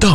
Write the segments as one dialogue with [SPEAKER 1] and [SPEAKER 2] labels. [SPEAKER 1] 大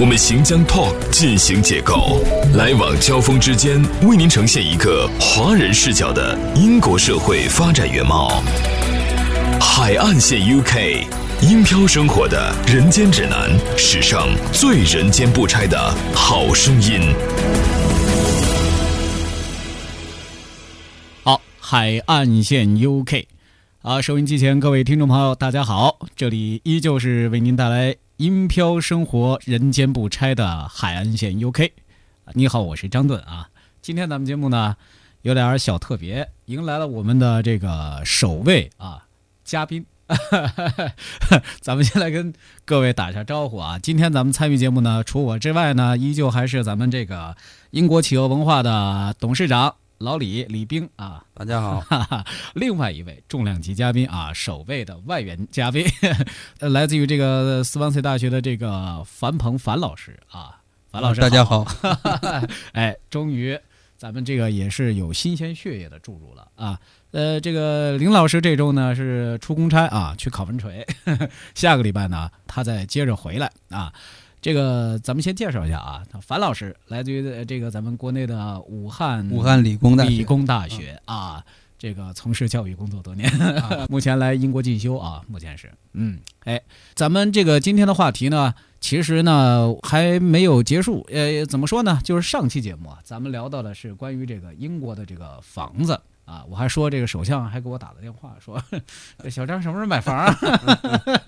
[SPEAKER 1] 我们行将 Talk 进行解构，来往交锋之间，为您呈现一个华人视角的英国社会发展原貌。海岸线 UK，英漂生活的人间指南，史上最人间不拆的好声音。
[SPEAKER 2] 好，海岸线 UK，啊，收音机前各位听众朋友，大家好，这里依旧是为您带来音飘生活、人间不拆的海岸线 UK。你好，我是张盾啊。今天咱们节目呢有点小特别，迎来了我们的这个首位啊嘉宾。 咱们先来跟各位打一下招呼啊！今天咱们参与节目呢，除我之外呢，依旧还是咱们这个英国企鹅文化的董事长老李李冰啊，
[SPEAKER 3] 大家好，
[SPEAKER 2] 哈哈，另外一位重量级嘉宾啊，首位的外援嘉宾， 呃来自于这个斯旺塞大学的这个樊鹏樊老师啊，樊老师，
[SPEAKER 3] 大家，好，
[SPEAKER 2] 哎，终于咱们这个也是有新鲜血液的注入了啊。呃，这个林老师这周呢是出公差啊，去考文垂， 下个礼拜呢他再接着回来啊。这个咱们先介绍一下啊，樊老师来自于呃这个咱们国内的武汉
[SPEAKER 3] 武汉理工大
[SPEAKER 2] 理
[SPEAKER 3] 学，嗯
[SPEAKER 2] 工大学啊，这个从事教育工作多年，
[SPEAKER 3] 啊
[SPEAKER 2] 目前来英国进修啊，目前是嗯，哎，咱们这个今天的话题呢，其实呢还没有结束，呃，怎么说呢？就是上期节目啊，咱们聊到的是关于这个英国的这个房子。啊，我还说这个首相还给我打了电话，说 小张什么时候买房、啊？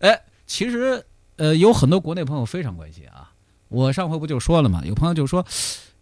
[SPEAKER 2] 哎，其实呃，有很多国内朋友非常关心啊。我上回不就说了嘛，有朋友就说，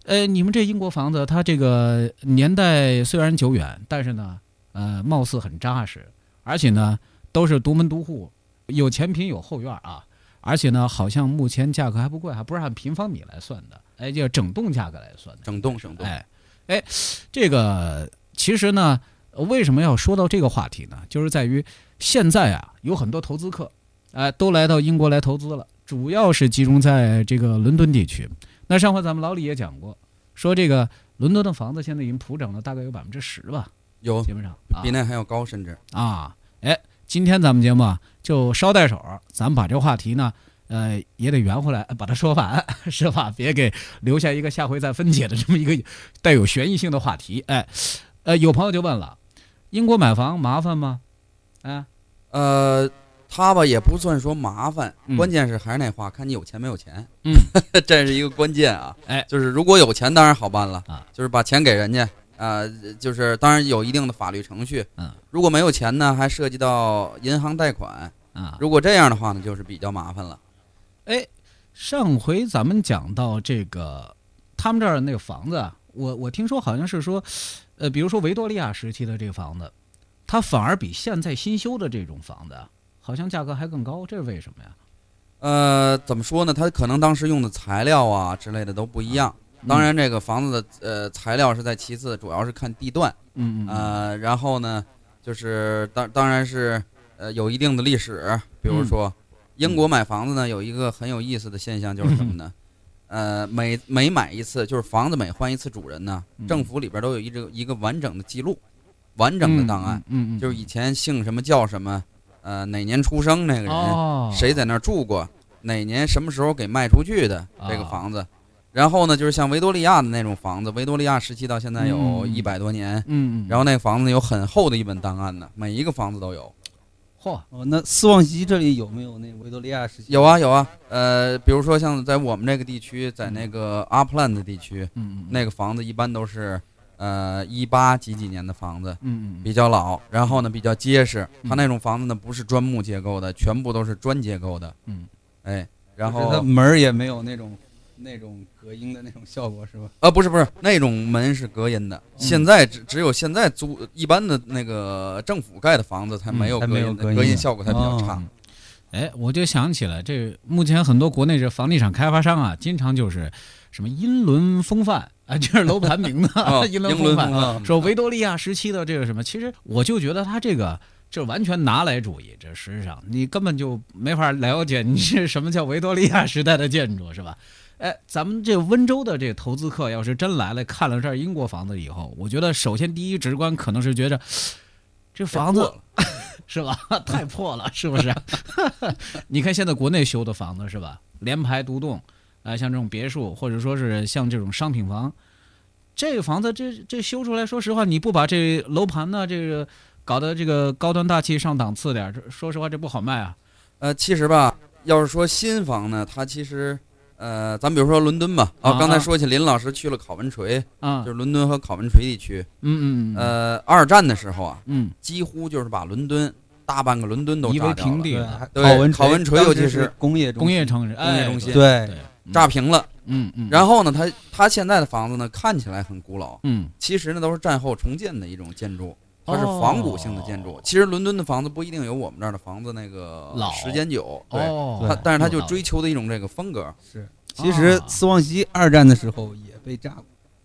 [SPEAKER 2] 呃，你们这英国房子，它这个年代虽然久远，但是呢，呃，貌似很扎实，而且呢，都是独门独户，有前贫有后院啊，而且呢，好像目前价格还不贵，还不是按平方米来算的，哎，就整栋价格来算的。
[SPEAKER 3] 整栋整栋，
[SPEAKER 2] 哎，哎，这个其实呢，为什么要说到这个话题呢？就是在于现在啊，有很多投资客，哎，都来到英国来投资了，主要是集中在这个伦敦地区。那上回咱们老李也讲过，说这个伦敦的房子现在已经普涨了大概有百分之十吧，
[SPEAKER 3] 有
[SPEAKER 2] 基本上啊
[SPEAKER 3] 比那还要高，甚至
[SPEAKER 2] 啊，哎，今天咱们节目啊，就捎带手儿，咱们把这个话题呢，呃，也得圆回来，把它说完， 是吧？别给留下一个下回再分解的这么一个带有悬疑性的话题。哎，呃，有朋友就问了，英国买房麻烦吗？啊，
[SPEAKER 3] 呃，它吧也不算说麻烦
[SPEAKER 2] 嗯，
[SPEAKER 3] 关键是还是那话，看你有钱没有钱，
[SPEAKER 2] 嗯，
[SPEAKER 3] 这是一个关键啊，
[SPEAKER 2] 哎
[SPEAKER 3] 就是如果有钱，当然好办了
[SPEAKER 2] 啊，
[SPEAKER 3] 就是把钱给人家。啊、就是当然有一定的法律程序，
[SPEAKER 2] 嗯，
[SPEAKER 3] 如果没有钱呢，还涉及到银行贷款，
[SPEAKER 2] 啊，
[SPEAKER 3] 如果这样的话呢，就是比较麻烦了。
[SPEAKER 2] 哎，上回咱们讲到这个，他们这儿那个房子啊，我我听说好像是说，呃，比如说维多利亚时期的这个房子，它反而比现在新修的这种房子啊，好像价格还更高，这是为什么呀？
[SPEAKER 3] 呃，怎么说呢？它可能当时用的材料啊之类的都不一样。当然，这个房子的呃材料是在其次，主要是看地段。
[SPEAKER 2] 嗯，嗯嗯啊，
[SPEAKER 3] 呃，然后呢，就是当当然是呃有一定的历史，比
[SPEAKER 2] 嗯
[SPEAKER 3] 如说、英国买房子呢，有一个很有意思的现象就是什么呢？呃，每每买一次，就是房子每换一次主人呢，
[SPEAKER 2] 嗯
[SPEAKER 3] 政府里边都有一这一个完整的记录，完整的档案，，
[SPEAKER 2] 嗯嗯，嗯
[SPEAKER 3] 就是以前姓什么叫什么，呃，哪年出生那个人，
[SPEAKER 2] 哦，
[SPEAKER 3] 谁在那儿住过，哪年什么时候给卖出去的
[SPEAKER 2] 啊
[SPEAKER 3] 这个房子。然后呢，就是像维多利亚的那种房子，维多利亚时期到现在有
[SPEAKER 2] 嗯
[SPEAKER 3] 一百多年，
[SPEAKER 2] 嗯，嗯嗯，
[SPEAKER 3] 然后那个房子有很厚的一本档案呢，每一个房子都有。
[SPEAKER 2] 嚯，嗯
[SPEAKER 4] 哦，那斯旺西这里有没有那维多利亚时期？
[SPEAKER 3] 有，啊有啊，呃，比如说像在我们这个地区，在那个阿普兰的地区，
[SPEAKER 2] 嗯嗯，
[SPEAKER 3] 那个房子一般都是呃一八几几年的房子，
[SPEAKER 2] 嗯嗯嗯
[SPEAKER 3] 比较老，然后呢比较结实。它
[SPEAKER 2] 嗯
[SPEAKER 3] 那种房子呢不是砖木结构的，全部都是砖结构的。
[SPEAKER 2] 嗯，
[SPEAKER 3] 哎，然
[SPEAKER 4] 就是它
[SPEAKER 3] 后
[SPEAKER 4] 门儿也没有那种那种隔音的那种效果是吧？
[SPEAKER 3] 啊，不是不是，那种门是隔音的。
[SPEAKER 2] 嗯
[SPEAKER 3] 现在只只有现在租一般的那个政府盖的房子才没有
[SPEAKER 4] 嗯才
[SPEAKER 3] 隔
[SPEAKER 4] 没有
[SPEAKER 3] 音的，
[SPEAKER 4] 隔音
[SPEAKER 3] 隔音
[SPEAKER 4] 的
[SPEAKER 3] 效果才比较
[SPEAKER 4] 哦
[SPEAKER 3] 差。
[SPEAKER 2] 哎，我就想起了，这目前很多国内这房地产开发商啊，经常就是什么英伦风范啊，这是楼盘名字，
[SPEAKER 3] 啊，
[SPEAKER 2] 英
[SPEAKER 3] 英
[SPEAKER 2] 伦
[SPEAKER 3] 风
[SPEAKER 2] 范。
[SPEAKER 3] 范
[SPEAKER 2] 说维多利亚时期的这个什么，其实我就觉得他这个这完全拿来主义，这实际上你根本就没法了解你是什么叫维多利亚时代的建筑，是吧？哎，咱们这温州的这投资客要是真来了，看了这儿英国房子以后，我觉得首先第一直观可能是觉着这房子
[SPEAKER 3] 破了
[SPEAKER 2] 是吧？太破了，是不是？啊你看现在国内修的房子是吧？联排独栋，啊、像这种别墅，或者说是像这种商品房，这个房子这这修出来，说实话，你不把这楼盘呢，这个搞得这个高端大气上档次点儿，这说实话，这不好卖啊。
[SPEAKER 3] 呃，其实吧，要是说新房呢，它其实，呃，咱比如说伦敦吧，
[SPEAKER 2] 啊
[SPEAKER 3] 啊，刚
[SPEAKER 2] 啊
[SPEAKER 3] 才说起林老师去了考文垂，
[SPEAKER 2] 啊
[SPEAKER 3] 就，是伦敦和考文垂地区。
[SPEAKER 2] 嗯嗯嗯，
[SPEAKER 3] 呃，二战的时候啊，
[SPEAKER 2] 嗯，
[SPEAKER 3] 几乎就是把伦敦大半个伦敦都
[SPEAKER 2] 夷为
[SPEAKER 3] 炸掉
[SPEAKER 2] 平
[SPEAKER 3] 了，
[SPEAKER 2] 地
[SPEAKER 4] 对
[SPEAKER 2] 了，
[SPEAKER 3] 对
[SPEAKER 4] 考文
[SPEAKER 3] 考文垂
[SPEAKER 4] 当
[SPEAKER 3] 尤
[SPEAKER 4] 时
[SPEAKER 3] 其
[SPEAKER 4] 是
[SPEAKER 3] 是
[SPEAKER 4] 工业中
[SPEAKER 2] 工
[SPEAKER 4] 心
[SPEAKER 2] 业城市，
[SPEAKER 3] 工业
[SPEAKER 2] 哎，
[SPEAKER 3] 中心
[SPEAKER 4] 对
[SPEAKER 2] 对，
[SPEAKER 3] 炸平了。
[SPEAKER 2] 嗯嗯，后
[SPEAKER 3] 然后呢，它它现在的房子呢，看起来很古老，
[SPEAKER 2] 嗯，
[SPEAKER 3] 其实呢都是战后重建的一种建筑，它是仿古性的建筑。其实伦敦的房子不一定有我们这儿的房子那个
[SPEAKER 2] 哦老
[SPEAKER 3] 时间久，对，
[SPEAKER 2] 哦，
[SPEAKER 3] 它
[SPEAKER 2] 对
[SPEAKER 3] 但是它就追求的一种这个风格。
[SPEAKER 4] 是。其实斯旺西二战的时候也被炸过，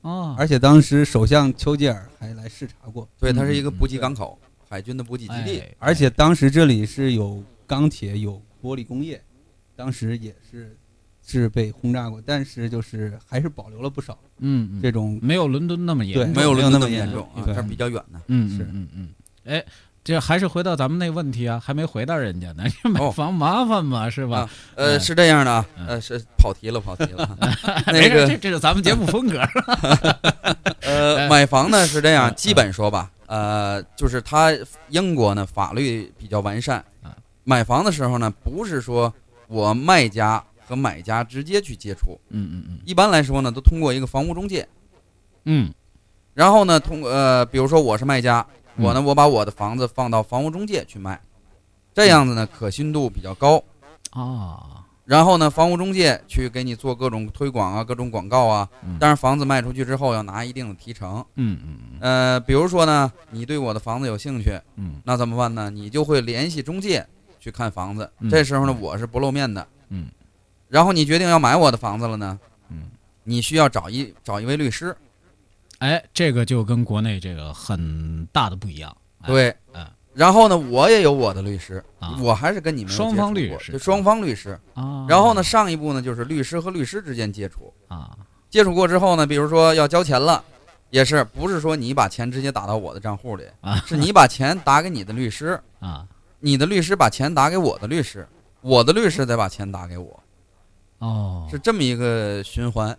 [SPEAKER 2] 哦，
[SPEAKER 4] 而且当时首相丘吉尔还来视察过，
[SPEAKER 3] 对，它是一
[SPEAKER 2] 嗯
[SPEAKER 3] 个
[SPEAKER 2] 嗯
[SPEAKER 3] 补给港口，海军的补给基地。
[SPEAKER 2] 哎
[SPEAKER 4] 而且当时这里是有钢铁、有玻璃工业，当时也是是被轰炸过，但是就是还是保留了不少
[SPEAKER 2] 嗯嗯
[SPEAKER 4] 这种
[SPEAKER 2] 没有伦敦那么严
[SPEAKER 4] 对
[SPEAKER 2] 重，
[SPEAKER 3] 没有伦
[SPEAKER 4] 没有那
[SPEAKER 3] 敦
[SPEAKER 4] 么
[SPEAKER 3] 么
[SPEAKER 4] 严
[SPEAKER 3] 严
[SPEAKER 4] 重
[SPEAKER 3] 重啊，
[SPEAKER 4] 对
[SPEAKER 3] 这儿比较远呢。
[SPEAKER 2] 嗯，
[SPEAKER 4] 是
[SPEAKER 2] 嗯嗯嗯，哎，这还是回到咱们那问题啊，还没回答人家呢， 这买
[SPEAKER 3] 哦
[SPEAKER 2] 房麻烦嘛，是吧
[SPEAKER 3] 啊？呃，
[SPEAKER 2] 嗯
[SPEAKER 3] 是这样的啊，
[SPEAKER 2] 嗯
[SPEAKER 3] 呃，是跑题了，跑题 了。
[SPEAKER 2] 没
[SPEAKER 3] 啊那
[SPEAKER 2] 事，
[SPEAKER 3] 个
[SPEAKER 2] 这这是咱们节目风 格。哎
[SPEAKER 3] 呃，买房呢是这
[SPEAKER 2] 嗯
[SPEAKER 3] 样，基本说吧，呃，就是它英国呢法律比较完善
[SPEAKER 2] 嗯，
[SPEAKER 3] 买房的时候呢，不是说我卖家和买家直接去接触，
[SPEAKER 2] 嗯嗯嗯
[SPEAKER 3] 一般来说呢都通过一个房屋中介，
[SPEAKER 2] 嗯，
[SPEAKER 3] 然后呢通呃，比如说我是卖家，
[SPEAKER 2] 嗯
[SPEAKER 3] 我呢我把我的房子放到房屋中介去卖，这样子呢可信度比较高。
[SPEAKER 2] 啊，
[SPEAKER 3] 然后呢，房屋中介去给你做各种推广啊，各种广告啊
[SPEAKER 2] 嗯。
[SPEAKER 3] 但是房子卖出去之后要拿一定的提成。
[SPEAKER 2] 嗯嗯
[SPEAKER 3] 呃，比如说呢，你对我的房子有兴趣，
[SPEAKER 2] 嗯
[SPEAKER 3] 那怎么办呢？你就会联系中介去看房子
[SPEAKER 2] 嗯。
[SPEAKER 3] 这时候呢，我是不露面的。
[SPEAKER 2] 嗯。
[SPEAKER 3] 然后你决定要买我的房子了呢，
[SPEAKER 2] 嗯，
[SPEAKER 3] 你需要找一找一位律师。
[SPEAKER 2] 哎，这个就跟国内这个很大的不一样。哎
[SPEAKER 3] 对
[SPEAKER 2] 哎。
[SPEAKER 3] 然后呢，我也有我的律师
[SPEAKER 2] 啊，
[SPEAKER 3] 我还是跟你们
[SPEAKER 2] 双方律师
[SPEAKER 3] 双方律师。
[SPEAKER 2] 啊，
[SPEAKER 3] 然后呢，上一步呢就是律师和律师之间接触。
[SPEAKER 2] 啊，
[SPEAKER 3] 接触过之后呢，比如说要交钱了，也是不是说你把钱直接打到我的账户里
[SPEAKER 2] 啊
[SPEAKER 3] 是你把钱打给你的律师，
[SPEAKER 2] 啊
[SPEAKER 3] 你的律师把钱打给我的律师，我的律师再把钱打给我，
[SPEAKER 2] 哦，
[SPEAKER 3] 是这么一个循环。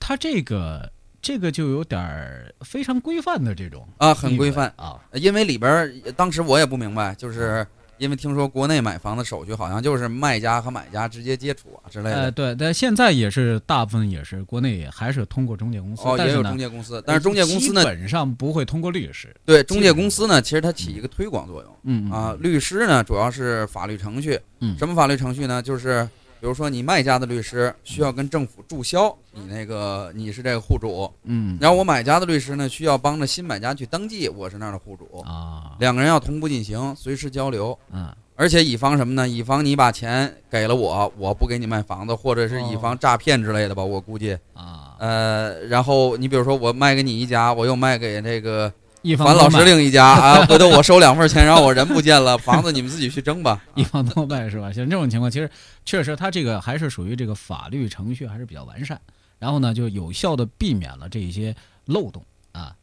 [SPEAKER 2] 他这个这个就有点儿非常规范的这种
[SPEAKER 3] 啊
[SPEAKER 2] 意味，
[SPEAKER 3] 很规范
[SPEAKER 2] 啊，
[SPEAKER 3] 因为里边儿当时我也不明白，就是因为听说国内买房的手续好像就是卖家和买家直接接触啊之类
[SPEAKER 2] 呃，
[SPEAKER 3] 的。
[SPEAKER 2] 对，但现在也是大部分也是国内也还是通过中介公司，
[SPEAKER 3] 哦，
[SPEAKER 2] 但
[SPEAKER 3] 也
[SPEAKER 2] 是
[SPEAKER 3] 有
[SPEAKER 2] 呢
[SPEAKER 3] 中介公司，但是中介公司呢
[SPEAKER 2] 基，本上不会通过律师。
[SPEAKER 3] 对中介公司呢，其实它起一个推广作用。
[SPEAKER 2] 嗯
[SPEAKER 3] 啊，，律师呢主要是法律程序，
[SPEAKER 2] 嗯
[SPEAKER 3] 什么法律程序呢？就是比如说你卖家的律师需要跟政府注销你那个你是这个户主，
[SPEAKER 2] 嗯，
[SPEAKER 3] 然后我买家的律师呢需要帮着新买家去登记我是那儿的户主，
[SPEAKER 2] 啊，
[SPEAKER 3] 两个人要同步进行，随时交流。
[SPEAKER 2] 嗯
[SPEAKER 3] 而且以防什么呢？以防你把钱给了我，我不给你卖房子，或者是
[SPEAKER 2] 哦
[SPEAKER 3] 以防诈骗之类的吧，我估计。
[SPEAKER 2] 啊，
[SPEAKER 3] 呃，然后你比如说我卖给你一家，我又卖给这个
[SPEAKER 2] 一方
[SPEAKER 3] 樊老
[SPEAKER 2] 多
[SPEAKER 3] 师
[SPEAKER 2] 卖，
[SPEAKER 3] 另一家啊，回头我收两份钱，然后我人不见了，房子你们自己去 争吧。啊
[SPEAKER 2] 一方多卖是吧？像这种情况，其实确实他这个还是属于这个法律程序还是比较完善，然后呢，就有效的避免了这一些漏洞啊。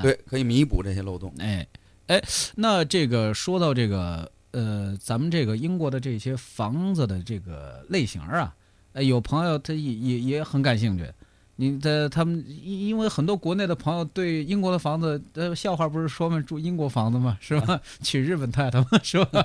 [SPEAKER 3] 对，可以弥补这些漏洞。
[SPEAKER 2] 哎哎，那这个说到这个呃，咱们这个英国的这些房子的这个类型儿啊，哎，有朋友他也也也很感兴趣。你的他们因因为很多国内的朋友对英国的房子，呃，笑话不是说嘛，住英国房子嘛，是吧？ 娶日本太太嘛， 是吧？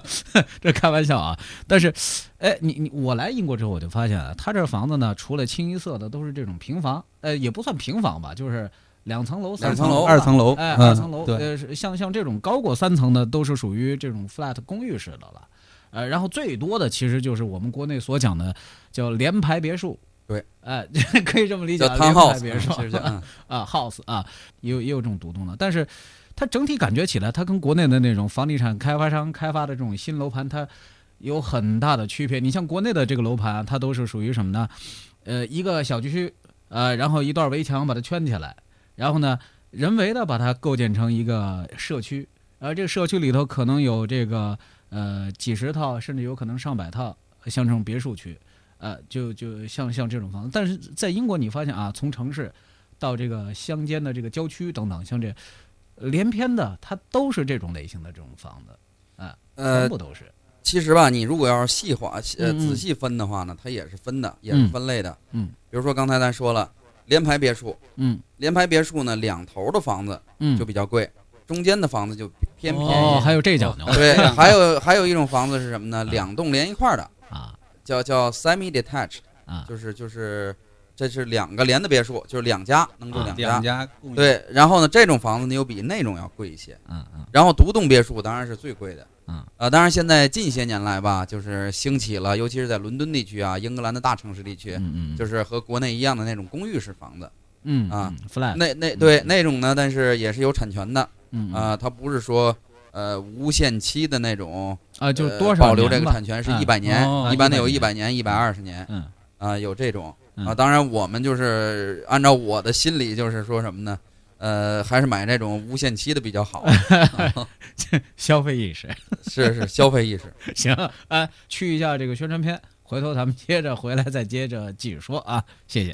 [SPEAKER 2] 这开玩笑啊。但是，哎，你你我来英国之后，我就发现啊，他这房子呢，除了清一色的都是这种平房，呃，也不算平房吧，就是两层楼、三
[SPEAKER 3] 两层楼
[SPEAKER 2] 吧
[SPEAKER 4] 二层楼，
[SPEAKER 2] 哎，
[SPEAKER 4] 嗯
[SPEAKER 2] 二层楼，
[SPEAKER 4] 对，
[SPEAKER 2] 呃，是像像这种高过三层的，都是属于这种 flat 公寓式的了。呃，然后最多的其实就是我们国内所讲的叫联排别墅，
[SPEAKER 3] 对，
[SPEAKER 2] 哎、 可以这么理解
[SPEAKER 3] 叫
[SPEAKER 2] 啊，
[SPEAKER 3] 汤
[SPEAKER 2] 联
[SPEAKER 3] house，
[SPEAKER 2] 排别墅
[SPEAKER 3] 其 实就嗯
[SPEAKER 2] 啊，house 啊，也有也有这种独栋的，但是它整体感觉起来，它跟国内的那种房地产开发商开发的这种新楼盘，它有很大的区别。你像国内的这个楼盘，它都是属于什么呢？呃一个小区，呃，然后一段围墙把它圈起来，然后呢，人为的把它构建成一个社区，而这个社区里头可能有这个呃几十套，甚至有可能上百套，像这种别墅区，呃，就就像像这种房子，但是在英国你发现啊，从城市到这个乡间的这个郊区等等，像这连篇的，它都是这种类型的这种房子，
[SPEAKER 3] 呃
[SPEAKER 2] 全，部都是，
[SPEAKER 3] 其实吧，你如果要是细化、呃
[SPEAKER 2] 嗯嗯
[SPEAKER 3] 仔细分的话呢，它也是分的，也是分类的。
[SPEAKER 2] 嗯
[SPEAKER 3] 比如说刚才咱说了，联排别墅，
[SPEAKER 2] 嗯
[SPEAKER 3] 联排别墅呢，两头的房子
[SPEAKER 2] 嗯，
[SPEAKER 3] 就比较贵，中间的房子就偏便宜。
[SPEAKER 2] 哦，还有这讲究
[SPEAKER 3] 对，还有还有一种房子是什么呢？两栋连一块儿的，
[SPEAKER 2] 啊
[SPEAKER 3] 叫叫 semi detached，
[SPEAKER 2] 啊，
[SPEAKER 3] 就是就是这是两个连的别墅，就是两家能住
[SPEAKER 2] 啊
[SPEAKER 3] 两家。
[SPEAKER 4] 两家共用，
[SPEAKER 3] 对，然后呢，这种房子呢又比那种要贵一些。
[SPEAKER 2] 嗯嗯
[SPEAKER 3] 然后独栋别墅当然是最贵的。
[SPEAKER 2] 嗯，
[SPEAKER 3] 呃，当然现在近些年来吧，就是兴起了，尤其是在伦敦地区啊，英格兰的大城市地区，
[SPEAKER 2] 嗯嗯，
[SPEAKER 3] 就是是和国内一样的那种公寓式房子。
[SPEAKER 2] 嗯
[SPEAKER 3] 啊
[SPEAKER 2] 嗯，flat，
[SPEAKER 3] 那那对那种呢，但是也是有产权的
[SPEAKER 2] 嗯嗯
[SPEAKER 3] 啊、它不是说呃无限期的那种，
[SPEAKER 2] 啊，就
[SPEAKER 3] 呃
[SPEAKER 2] 多少
[SPEAKER 3] 保留这
[SPEAKER 2] 年
[SPEAKER 3] 个
[SPEAKER 2] 吧
[SPEAKER 3] 产权是
[SPEAKER 2] 嗯
[SPEAKER 3] 一百年，
[SPEAKER 2] 哦
[SPEAKER 3] 一般的有一
[SPEAKER 2] 100
[SPEAKER 3] 百年、一百二十年
[SPEAKER 2] 嗯
[SPEAKER 3] 啊、有这种
[SPEAKER 2] 嗯
[SPEAKER 3] 啊。当然，我们就是按照我的心理，就是说什么呢？呃，还是买那种无限期的比 较好，啊
[SPEAKER 2] 嗯消费意识。
[SPEAKER 3] 是是消费意识。
[SPEAKER 2] 行，哎，去一下这个宣传片，回头咱们接着回来再接着继续说啊，谢谢。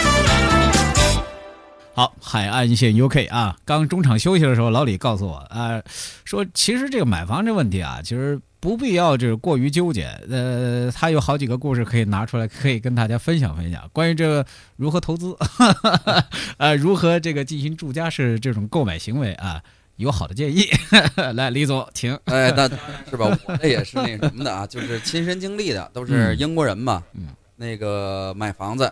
[SPEAKER 2] 好，海岸线 UK 啊，刚中场休息的时候，老李告诉我啊、说其实这个买房这问题啊，其实不必要就是过于纠结。呃，他有好几个故事可以拿出来，可以跟大家分享分享，关于这个如何投资， 呃，如何这个进行住家式这种购买行为啊，有好的建议。 来，李总，请。
[SPEAKER 3] 哎，那是吧？我这也是那什么的啊，就是亲身经历的，都是
[SPEAKER 2] 嗯
[SPEAKER 3] 英国人嘛。
[SPEAKER 2] 嗯
[SPEAKER 3] 那个买房子，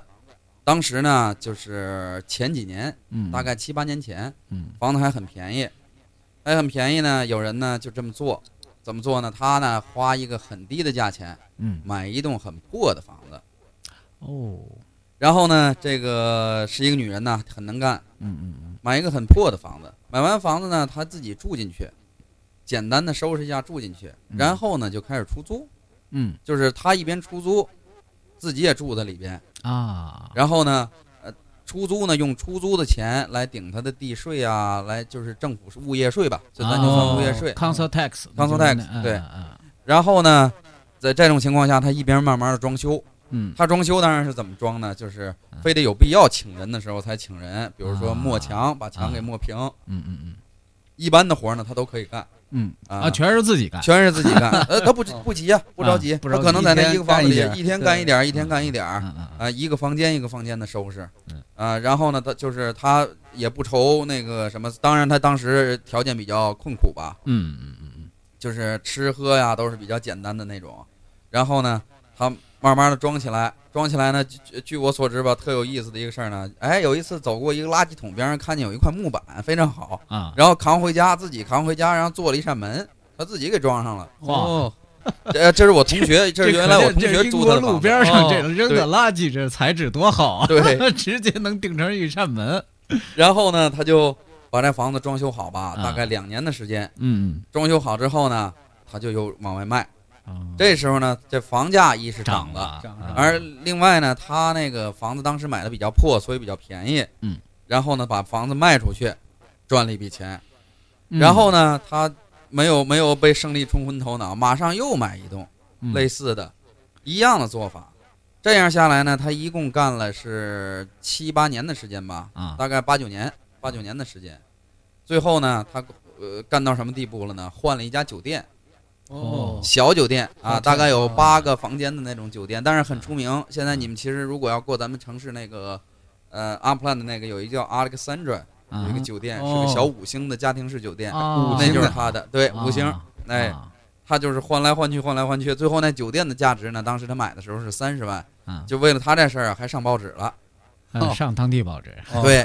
[SPEAKER 3] 当时呢，就是前几年，
[SPEAKER 2] 嗯，
[SPEAKER 3] 大概七八年前，
[SPEAKER 2] 嗯
[SPEAKER 3] 房子还很便宜，还很便宜呢。有人呢就这么做，怎么做呢？他呢花一个很低的价钱
[SPEAKER 2] 嗯
[SPEAKER 3] 买一栋很破的房子，
[SPEAKER 2] 哦，
[SPEAKER 3] 然后呢，这个是一个女人呢，很能干，
[SPEAKER 2] 嗯嗯嗯
[SPEAKER 3] 买一个很破的房子，买完房子呢，她自己住进去，简单的收拾一下住进去，
[SPEAKER 2] 嗯
[SPEAKER 3] 然后呢就开始出租。
[SPEAKER 2] 嗯
[SPEAKER 3] 就是他一边出租，自己也住在里边，
[SPEAKER 2] 啊，
[SPEAKER 3] 然后呢，呃，出租呢用出租的钱来顶他的地税啊，来就是政府是物业税吧，就咱就
[SPEAKER 2] 哦
[SPEAKER 3] 算物业税。
[SPEAKER 2] ，council tax，council
[SPEAKER 3] Council tax，对然后呢，在这种情况下，他一边慢慢的装修，
[SPEAKER 2] 嗯
[SPEAKER 3] 他装修当然是怎么装呢？就是
[SPEAKER 2] 嗯
[SPEAKER 3] 非得有必要请人的时候才请人，比如说
[SPEAKER 2] 啊
[SPEAKER 3] 抹墙，把墙给
[SPEAKER 2] 啊
[SPEAKER 3] 抹平，
[SPEAKER 2] 嗯嗯嗯
[SPEAKER 3] 一般的活儿呢他都可以干，
[SPEAKER 2] 嗯啊，
[SPEAKER 3] 啊
[SPEAKER 2] 全是自己干，
[SPEAKER 3] 全是自己 干。呃，他不急不急啊，不着急，
[SPEAKER 2] 啊不
[SPEAKER 3] 他
[SPEAKER 2] 着急
[SPEAKER 3] 可能在那
[SPEAKER 4] 一
[SPEAKER 3] 一
[SPEAKER 4] 天
[SPEAKER 3] 个房
[SPEAKER 4] 干
[SPEAKER 3] 子
[SPEAKER 4] 一
[SPEAKER 3] 里
[SPEAKER 4] 点儿
[SPEAKER 3] 一天干一点儿，一
[SPEAKER 2] 嗯
[SPEAKER 3] 天干一点儿。
[SPEAKER 2] 嗯嗯嗯
[SPEAKER 3] 啊，一个房间一个房间的收拾
[SPEAKER 2] 嗯，
[SPEAKER 3] 啊，然后呢，他就是他也不愁那个什么，当然他当时条件比较困苦吧，
[SPEAKER 2] 嗯嗯嗯嗯
[SPEAKER 3] 就是吃喝呀都是比较简单的那种，然后呢，他慢慢的装起来，装起来呢，据据我所知吧，特有意思的一个事儿呢，哎，有一次走过一个垃圾桶边上，看见有一块木板非常好，
[SPEAKER 2] 啊，
[SPEAKER 3] 然后扛回家，自己扛回家，然后做了一扇门，他自己给装上了，
[SPEAKER 2] 哇，哦
[SPEAKER 3] 这这是我同学，这是原来我同
[SPEAKER 2] 这可
[SPEAKER 3] 学
[SPEAKER 2] 见这
[SPEAKER 3] 住
[SPEAKER 2] 英国
[SPEAKER 3] 的
[SPEAKER 2] 路
[SPEAKER 3] 房子啊
[SPEAKER 2] 边上
[SPEAKER 4] 哦
[SPEAKER 2] 这扔的垃圾，这材质多好啊！
[SPEAKER 3] 对。
[SPEAKER 2] 直接能顶成一扇门。
[SPEAKER 3] 然后呢，他就把这房子装修好吧，
[SPEAKER 2] 啊
[SPEAKER 3] 大概两年的时间。
[SPEAKER 2] 嗯
[SPEAKER 3] 装修好之后呢，他就又往外卖。
[SPEAKER 2] 嗯，
[SPEAKER 3] 这时候呢，这房价一是
[SPEAKER 2] 涨
[SPEAKER 3] 涨
[SPEAKER 2] 了
[SPEAKER 3] 了，
[SPEAKER 2] 啊，
[SPEAKER 4] 涨了
[SPEAKER 3] 而另外呢，他那个房子当时买的比较破，所以比较便宜。
[SPEAKER 2] 嗯，
[SPEAKER 3] 然后呢，把房子卖出去，赚了一笔钱。
[SPEAKER 2] 嗯
[SPEAKER 3] 然后呢，他没有没有被胜利冲昏头脑，马上又买一栋
[SPEAKER 2] 嗯
[SPEAKER 3] 类似的，一样的做法。这样下来呢，他一共干了是七八年的时间吧，
[SPEAKER 2] 啊
[SPEAKER 3] 大概八九年，八九年的时间。最后呢，他呃干到什么地步了呢？换了一家酒店，
[SPEAKER 2] 哦
[SPEAKER 3] 小酒店啊，
[SPEAKER 4] 哦
[SPEAKER 3] 大概有
[SPEAKER 4] 这样
[SPEAKER 3] 八个房间的那种酒店，但是很出名。现在你们其实如果要过咱们城市那个，呃，阿普兰的那个有一个叫 Alexandra
[SPEAKER 2] 啊
[SPEAKER 3] 有一个酒店，是
[SPEAKER 4] 哦
[SPEAKER 3] 个小五星的家庭式酒店，
[SPEAKER 2] 啊
[SPEAKER 3] 那就是
[SPEAKER 4] 的
[SPEAKER 3] 他的，对，哦五星。
[SPEAKER 2] 啊
[SPEAKER 3] 哎，
[SPEAKER 2] 啊
[SPEAKER 3] 他就是换来换去，换来换去，最后那酒店的价值呢，当时他买的时候是三十万，
[SPEAKER 2] 啊，
[SPEAKER 3] 就为了他这事儿啊，还上报纸了。
[SPEAKER 2] 嗯上当地报纸
[SPEAKER 4] 哦
[SPEAKER 3] 对，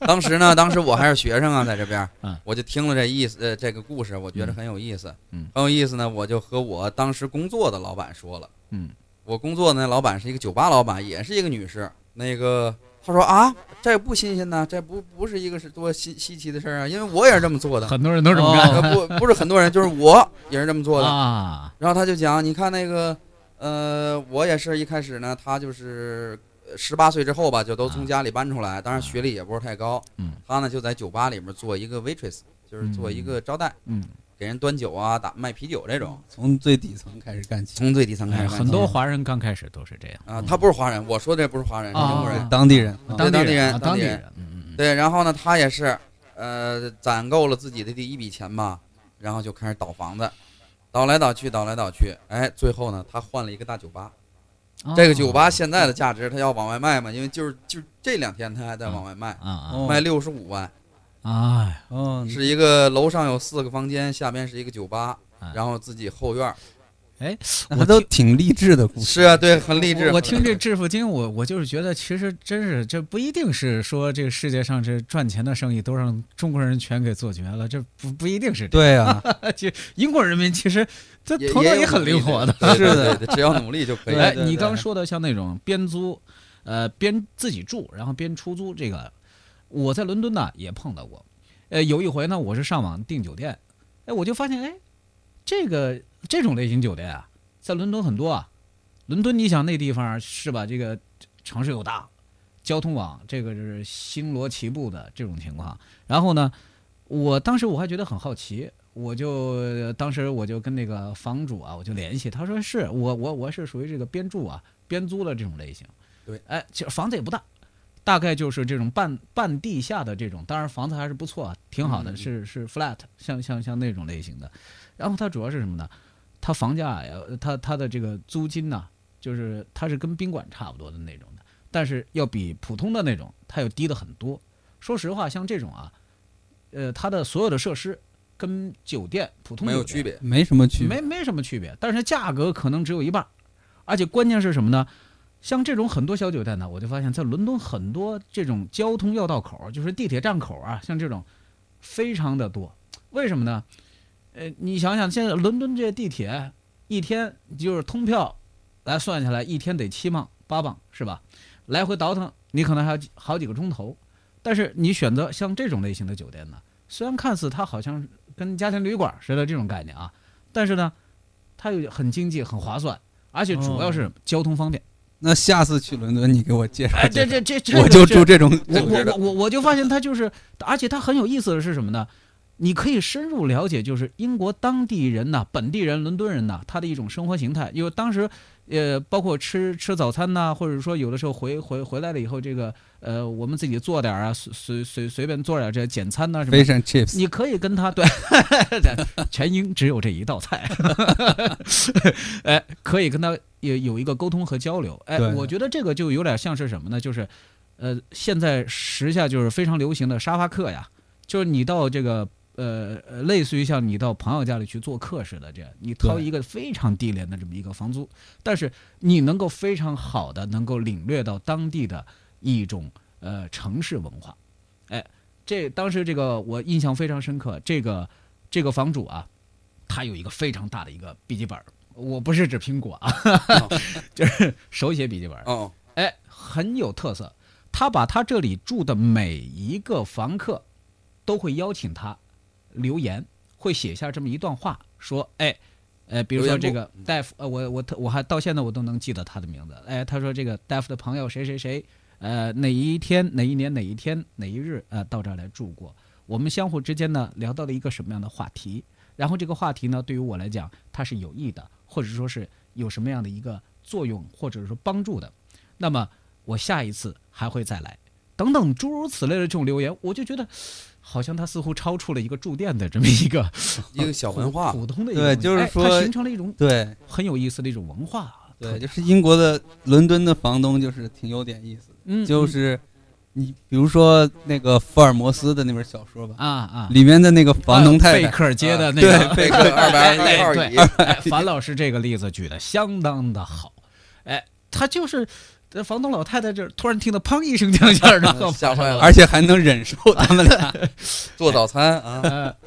[SPEAKER 3] 当时呢，当时我还是学生啊，在这边儿
[SPEAKER 2] 嗯，
[SPEAKER 3] 我就听了这意思，呃，这个故事，我觉得很有意思，
[SPEAKER 2] 嗯
[SPEAKER 3] 很有意思呢，我就和我当时工作的老板说了，
[SPEAKER 2] 嗯，
[SPEAKER 3] 我工作的那老板是一个酒吧老板，也是一个女士，那个她说啊，这不新鲜呐，这不不是一个是多稀稀奇的事儿啊，因为我也是这么做的，
[SPEAKER 2] 很多人都这么干
[SPEAKER 3] 呃不不是很多人，就是我也是这么做的，
[SPEAKER 2] 啊，
[SPEAKER 3] 然后他就讲，你看那个，呃，我也是一开始呢，他就是呃十八岁之后吧，就都从家里搬出来，当然学历也不是太高，
[SPEAKER 2] 啊嗯，
[SPEAKER 3] 他呢就在酒吧里面做一个 waitress，就是做一个招待，
[SPEAKER 2] 嗯，
[SPEAKER 3] 给人端酒啊、打卖啤酒这种，
[SPEAKER 4] 从最底层开始干起，
[SPEAKER 3] 从最底层开
[SPEAKER 2] 哎
[SPEAKER 3] 始干起。
[SPEAKER 2] 很多华人刚开始都是这样
[SPEAKER 3] 啊，他不是华人，我说这不是华人，是
[SPEAKER 2] 啊
[SPEAKER 3] 中国人。
[SPEAKER 4] 是当地人，啊
[SPEAKER 3] 对
[SPEAKER 2] 地人，啊当
[SPEAKER 3] 当地人当地
[SPEAKER 2] 人
[SPEAKER 3] 人，
[SPEAKER 2] 嗯嗯嗯，
[SPEAKER 3] 对，然后呢，他也是，呃，攒够了自己的第一笔钱吧，然后就开始倒房子，倒来倒去，倒来倒去，哎，最后呢，他换了一个大酒吧。
[SPEAKER 2] 哦
[SPEAKER 3] 哦这个酒吧现在的价值，它要往外卖嘛，因为就是就是这两天它还在往外卖，
[SPEAKER 2] 啊啊
[SPEAKER 4] 哦
[SPEAKER 3] 卖六十五万，
[SPEAKER 2] 啊哎
[SPEAKER 4] 哦，
[SPEAKER 3] 是一个楼上有四个房间，下边是一个酒吧
[SPEAKER 2] 嗯，
[SPEAKER 3] 然后自己后院儿。
[SPEAKER 4] 那
[SPEAKER 2] 我
[SPEAKER 4] 还都
[SPEAKER 2] 听
[SPEAKER 4] 挺励志的故事，
[SPEAKER 3] 是啊，对，很励
[SPEAKER 2] 嗯
[SPEAKER 3] 志。
[SPEAKER 2] 我我听
[SPEAKER 3] 很励
[SPEAKER 2] 这
[SPEAKER 3] 志
[SPEAKER 2] 致富经，我我就是觉得，其实真是这不一定是说这个世界上这赚钱的生意都让中国人全给做绝了，这不不一定是这
[SPEAKER 4] 对 啊，
[SPEAKER 2] 样。其实英国人民其实他
[SPEAKER 3] 也
[SPEAKER 2] 头脑
[SPEAKER 3] 也
[SPEAKER 2] 也
[SPEAKER 3] 有
[SPEAKER 2] 很
[SPEAKER 3] 努力
[SPEAKER 2] 灵活的。，
[SPEAKER 3] 对对
[SPEAKER 4] 是的
[SPEAKER 3] 对对只要努力就可以。
[SPEAKER 4] 对
[SPEAKER 2] 哎，
[SPEAKER 3] 哎
[SPEAKER 2] 你刚说的像那种边租，呃，边自己住，然后边出租，这个我在伦敦呢也碰到过。呃，有一回呢，我是上网订酒店，哎，我就发现，哎，这个这种类型酒店啊，在伦敦很多啊。伦敦，你想那地方是吧？这个城市又大，交通网这个是星罗棋布的这种情况。然后呢，我当时我还觉得很好奇，我就呃当时我就跟那个房主啊，我就联系，他说是我我我是属于这个边住啊边租的这种类型。
[SPEAKER 3] 对，
[SPEAKER 2] 哎，其实房子也不大，大概就是这种半半地下的这种，当然房子还是不错，啊挺好的，
[SPEAKER 3] 嗯
[SPEAKER 2] 是是 flat，像像像那种类型的。然后它主要是什么呢？它房价呀，呃它它的这个租金呢、就是它是跟宾馆差不多的那种的，但是要比普通的那种它要低的很多。说实话，像这种啊，呃，它的所有的设施跟酒店普通
[SPEAKER 3] 没有
[SPEAKER 2] 酒店
[SPEAKER 3] 区别，
[SPEAKER 4] 没什么区别，
[SPEAKER 2] 没没什么区别，但是价格可能只有一半儿，而且关键是什么呢？像这种很多小酒店呢，我就发现，在伦敦很多这种交通要道口儿，就是地铁站口儿啊，像这种非常的多。为什么呢？呃，你想想，现在伦敦这地铁一天就是通票来算下来，一天得七磅八磅是吧？来回倒腾，你可能还要几好几个钟头。但是你选择像这种类型的酒店呢，虽然看似它好像跟家庭旅馆似的这种概念啊，但是呢，它又很经济、很划算，而且主要是交通方便。
[SPEAKER 4] 那下次去伦敦，你给我介绍
[SPEAKER 2] 哎，
[SPEAKER 4] 介
[SPEAKER 2] 这这
[SPEAKER 4] 绍，
[SPEAKER 2] 这这，
[SPEAKER 4] 我就住这种，
[SPEAKER 2] 我
[SPEAKER 3] 这
[SPEAKER 2] 我
[SPEAKER 3] 个
[SPEAKER 2] 我我我就发现它就是，而且它很有意思的是什么呢？你可以深入了解，就是英国当地人呐、本地人、伦敦人呐、他的一种生活形态。因为当时，呃，包括吃吃早餐呐、或者说有的时候回回回来了以后，这个呃，我们自己做点儿啊，随随随随便做点儿这简餐呐、什么的。
[SPEAKER 4] fish and chips，
[SPEAKER 2] 你可以跟他对， 全英只有这一道菜， 哎，可以跟他有有一个沟通和交流。哎，
[SPEAKER 4] 对
[SPEAKER 2] 我觉得这个就有点像是什么呢？就是，呃，现在时下就是非常流行的沙发客呀，就是你到这个呃，呃类似于像你到朋友家里去做客似的，这样你掏
[SPEAKER 4] 对
[SPEAKER 2] 一个非常低廉的这么一个房租，但是你能够非常好的能够领略到当地的一种呃城市文化。哎，这当时这个我印象非常深刻，这个这个房主啊，他有一个非常大的一个笔记本儿，我不是指苹果啊， 就是手写笔记本儿，
[SPEAKER 3] 哦，
[SPEAKER 2] 哎，很有特色。他把他这里住的每一个房客，都会邀请他留言，会写下这么一段话，说，哎，呃，比如说这个大夫，呃，我我特我还到现在我都能记得他的名字，哎，他说这个大夫的朋友谁谁谁，呃，哪一天哪一年哪一天哪一日，呃，到这儿来住过，我们相互之间呢聊到了一个什么样的话题，然后这个话题呢，对于我来讲，它是有益的，或者说是有什么样的一个作用，或者是说帮助的，那么我下一次还会再来，等等诸如此类的这种留言，我就觉得好像它似乎超出了一个住店的这么一个
[SPEAKER 3] 一个小文 化
[SPEAKER 2] 普，普通的一
[SPEAKER 4] 对
[SPEAKER 2] 个东西，
[SPEAKER 4] 就是
[SPEAKER 2] 哎它
[SPEAKER 4] 说
[SPEAKER 2] 形成了一种
[SPEAKER 4] 对
[SPEAKER 2] 很有意思的一种文化啊。特
[SPEAKER 4] 对，
[SPEAKER 2] 别
[SPEAKER 4] 就是英国的伦敦的房东就是挺有点意思的，
[SPEAKER 2] 嗯，
[SPEAKER 4] 就
[SPEAKER 2] 嗯
[SPEAKER 4] 是你比如说那个福尔摩斯的那本小说吧，
[SPEAKER 2] 啊啊，
[SPEAKER 4] 里面的那个房东太
[SPEAKER 2] 贝
[SPEAKER 4] 太，
[SPEAKER 2] 克尔街的那
[SPEAKER 4] 对
[SPEAKER 2] 个
[SPEAKER 3] 贝克二百
[SPEAKER 2] 哎
[SPEAKER 3] 二十二
[SPEAKER 2] 对
[SPEAKER 3] 椅，
[SPEAKER 2] 哎，樊老师这个例子举的相当的好，哎，他就是这房东老太太这儿突然听到砰一声枪响，然 后
[SPEAKER 3] 嗯吓坏了
[SPEAKER 4] 啊而且还能忍受他们 俩，
[SPEAKER 3] 做早餐啊。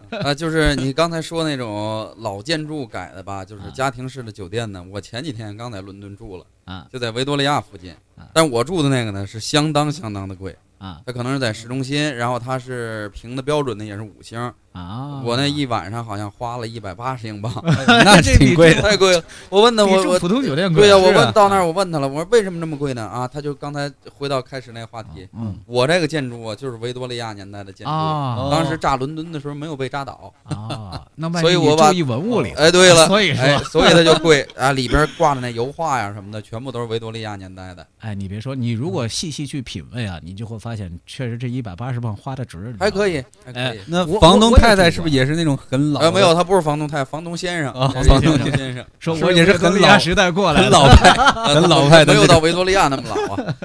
[SPEAKER 2] 呃，
[SPEAKER 3] 啊，就是你刚才说那种老建筑改的吧，就是家庭式的酒店呢。我前几天刚在伦敦住了，
[SPEAKER 2] 啊
[SPEAKER 3] 就在维多利亚附近
[SPEAKER 2] 啊，
[SPEAKER 3] 但我住的那个呢是相当相当的贵，
[SPEAKER 2] 啊
[SPEAKER 3] 它可能是在市中心，然后它是评的标准的也是五星，
[SPEAKER 2] 啊！哎
[SPEAKER 3] 我那一晚上好像花了一百八十英镑，
[SPEAKER 4] 那是挺贵的。
[SPEAKER 3] 太贵了。我问他，
[SPEAKER 2] 比
[SPEAKER 3] 我
[SPEAKER 2] 住
[SPEAKER 3] 我
[SPEAKER 2] 普通酒店贵，
[SPEAKER 3] 对呀、我
[SPEAKER 2] 是啊
[SPEAKER 3] 问到那儿，我问他了，我说为什么这么贵呢？啊，他就刚才回到开始那话题，
[SPEAKER 2] 嗯
[SPEAKER 3] 我这个建筑啊，就是维多利亚年代的建筑，
[SPEAKER 2] 啊
[SPEAKER 3] 当时炸伦敦的时候没有被炸倒。
[SPEAKER 2] 啊，那万一
[SPEAKER 3] 所以
[SPEAKER 2] 你
[SPEAKER 3] 我把
[SPEAKER 2] 注意文物里
[SPEAKER 3] 哎，对 了，
[SPEAKER 2] 所以说
[SPEAKER 3] 哎，所以它就贵啊，里边挂的那油画呀什么的，全部都是维多利亚年代的。
[SPEAKER 2] 哎，你别说，你如果细细去品味啊，你就会发现，确实这一百八十磅花的值，
[SPEAKER 3] 还可
[SPEAKER 2] 以。
[SPEAKER 3] 以，还可以。
[SPEAKER 4] 那
[SPEAKER 2] 我我
[SPEAKER 4] 房东
[SPEAKER 2] 我也呃
[SPEAKER 4] 太太
[SPEAKER 2] 住
[SPEAKER 4] 是不是也是那种很老
[SPEAKER 3] 啊，
[SPEAKER 4] 的？
[SPEAKER 3] 没有，他不是房东太，房东先生，
[SPEAKER 4] 啊
[SPEAKER 3] 这是
[SPEAKER 2] 房东
[SPEAKER 3] 东先生，啊
[SPEAKER 2] 说
[SPEAKER 4] 是不
[SPEAKER 2] 我
[SPEAKER 4] 是也是
[SPEAKER 2] 维多
[SPEAKER 4] 很
[SPEAKER 2] 利亚
[SPEAKER 4] 老
[SPEAKER 2] 时代过来
[SPEAKER 4] 很
[SPEAKER 2] 的，
[SPEAKER 4] 老派，
[SPEAKER 2] 呃
[SPEAKER 4] 很老派的
[SPEAKER 3] 没
[SPEAKER 4] 那
[SPEAKER 3] 有
[SPEAKER 4] 种。
[SPEAKER 3] 到维多利亚那么老啊。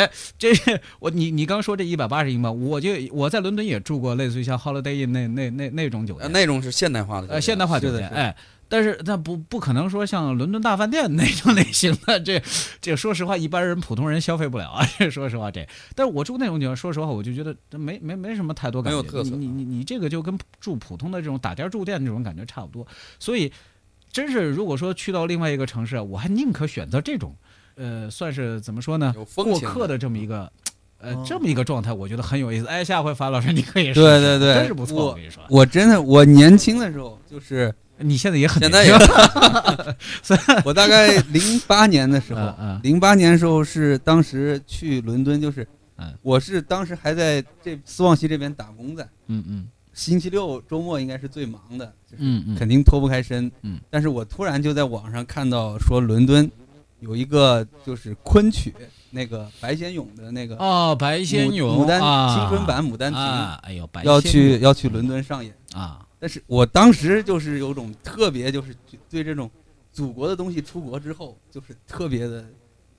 [SPEAKER 2] 这是我你你刚说这一百八十英镑，我就我在伦敦也住过类似于像 Holiday Inn 那那那那种酒
[SPEAKER 3] 呃
[SPEAKER 2] 店，
[SPEAKER 3] 那种是现代化的酒店，
[SPEAKER 2] 呃现代化酒
[SPEAKER 4] 是的
[SPEAKER 2] 店，
[SPEAKER 4] 是的
[SPEAKER 2] 哎，但是那不不可能说像伦敦大饭店那种 类型的，这这说实话一般人普通人消费不了啊， 这说实话这，但是我住那种地方，说实话我就觉得这没没没什么太多感觉，
[SPEAKER 3] 没有特色
[SPEAKER 2] 你你你你这个就跟住普通的这种打尖儿住店这种感觉差不多，所以真是如果说去到另外一个城市，啊，我还宁可选择这种，呃，算是怎么说呢？
[SPEAKER 3] 有风
[SPEAKER 2] 过
[SPEAKER 3] 情
[SPEAKER 2] 客的这么一个，呃，
[SPEAKER 4] 哦
[SPEAKER 2] 这么一个状态，我觉得很有意思。哎，下回樊老师你可以说，
[SPEAKER 4] 对对对，
[SPEAKER 2] 真是不错。我
[SPEAKER 4] 我
[SPEAKER 2] 跟你说，
[SPEAKER 4] 我真的，我年轻的时候，就是
[SPEAKER 2] 你现在也很
[SPEAKER 3] 现 在
[SPEAKER 2] 年
[SPEAKER 3] 也
[SPEAKER 2] 轻
[SPEAKER 4] 我大概零八年的时候
[SPEAKER 2] 嗯嗯，
[SPEAKER 4] 零八年的时候是当时去伦敦，就是
[SPEAKER 2] 嗯，
[SPEAKER 4] 我是当时还在这斯旺西这边打工在，
[SPEAKER 2] 嗯嗯
[SPEAKER 4] 星期六周末应该是最忙的，就是
[SPEAKER 2] 嗯嗯，
[SPEAKER 4] 肯定脱不开身。
[SPEAKER 2] 嗯，
[SPEAKER 4] 但是我突然就在网上看到说伦敦有一个就是昆曲那个白先勇的那个
[SPEAKER 2] 哦，白先勇
[SPEAKER 4] 牡牡丹
[SPEAKER 2] 啊
[SPEAKER 4] 青春版《牡丹亭》
[SPEAKER 2] 啊，哎呦，白
[SPEAKER 4] 要
[SPEAKER 2] 先
[SPEAKER 4] 去
[SPEAKER 2] 勇
[SPEAKER 4] 要去伦敦上演。
[SPEAKER 2] 啊，
[SPEAKER 4] 但是我当时就是有种特别，就是对这种祖国的东西出国之后，就是特别的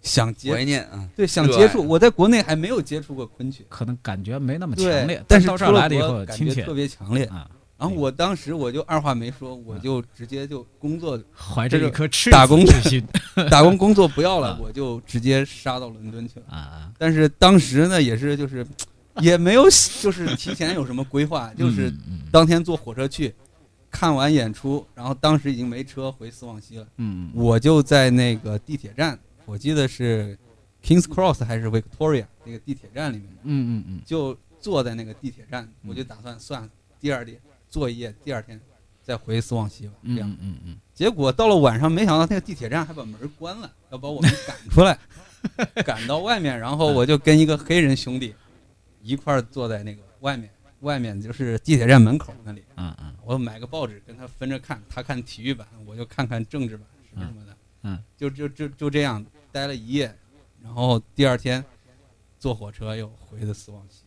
[SPEAKER 4] 想
[SPEAKER 3] 怀
[SPEAKER 4] 接，
[SPEAKER 3] 念啊。
[SPEAKER 4] 对，想
[SPEAKER 3] 热爱
[SPEAKER 4] 接触。我在国内还没有接触过昆曲，
[SPEAKER 2] 可能感觉没那么强
[SPEAKER 4] 对
[SPEAKER 2] 烈，，
[SPEAKER 4] 但是
[SPEAKER 2] 到这儿
[SPEAKER 4] 出了
[SPEAKER 2] 来了以
[SPEAKER 4] 国
[SPEAKER 2] 后
[SPEAKER 4] 感
[SPEAKER 2] 亲
[SPEAKER 4] 觉
[SPEAKER 2] 切
[SPEAKER 4] 特别强烈。
[SPEAKER 2] 啊，
[SPEAKER 4] 然后我当时我就二话没说，我就直接就工作
[SPEAKER 2] 怀着
[SPEAKER 4] 这
[SPEAKER 2] 一
[SPEAKER 4] 个
[SPEAKER 2] 颗赤
[SPEAKER 4] 打
[SPEAKER 2] 子
[SPEAKER 4] 工
[SPEAKER 2] 之心
[SPEAKER 4] 打工工作不要
[SPEAKER 2] 啊
[SPEAKER 4] 了，我就直接杀到伦敦去了。
[SPEAKER 2] 啊 啊，
[SPEAKER 4] 但是当时呢，也是就是也没有就是提前有什么规划，就是
[SPEAKER 2] 嗯嗯
[SPEAKER 4] 当天坐火车去，看完演出，然后当时已经没车回斯旺西了。
[SPEAKER 2] 嗯嗯
[SPEAKER 4] 我就在那个地铁站，我记得是 Kings Cross 还是 Victoria 那个地铁站里面，
[SPEAKER 2] 嗯嗯嗯
[SPEAKER 4] 就坐在那个地铁站，
[SPEAKER 2] 嗯
[SPEAKER 4] 我就打算算第二天坐一夜，第二天再回斯旺西吧。这
[SPEAKER 2] 嗯
[SPEAKER 4] 样，
[SPEAKER 2] 嗯嗯嗯，
[SPEAKER 4] 结果到了晚上，没想到那个地铁站还把门关了，要把我们赶 出来，赶到外面，然后我就跟一个黑人兄弟一块儿坐在那个外面，外面就是地铁站门口那里。
[SPEAKER 2] 嗯嗯
[SPEAKER 4] 我买个报纸跟他分着看，他看体育版，我就看看政治版什么什么的，
[SPEAKER 2] 嗯，
[SPEAKER 4] 就就就就这样待了一夜，然后第二天坐火车又回的斯旺西，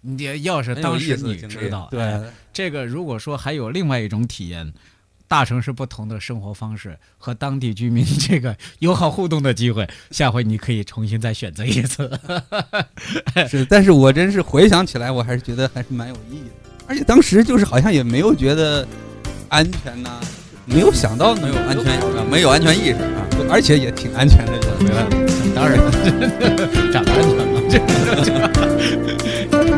[SPEAKER 2] 你嗯要是
[SPEAKER 3] 很有
[SPEAKER 2] 当
[SPEAKER 3] 意
[SPEAKER 2] 时
[SPEAKER 3] 思的
[SPEAKER 2] 你
[SPEAKER 3] 经
[SPEAKER 2] 知
[SPEAKER 3] 历
[SPEAKER 2] 道，
[SPEAKER 4] 对，
[SPEAKER 2] 哎这个如果说还有另外一种体验，大城市不同的生活方式和当地居民这个友好互动的机会，下回你可以重新再选择一次。
[SPEAKER 4] 是，但是我真是回想起来，我还是觉得还是蛮有意义的，而且当时就是好像也没有觉得安全呐、没有想到
[SPEAKER 3] 没
[SPEAKER 4] 没
[SPEAKER 3] 有安全，啊没有安全意识啊。
[SPEAKER 4] 而且也挺安全的就回来了。
[SPEAKER 2] 当然，长得安全了。这个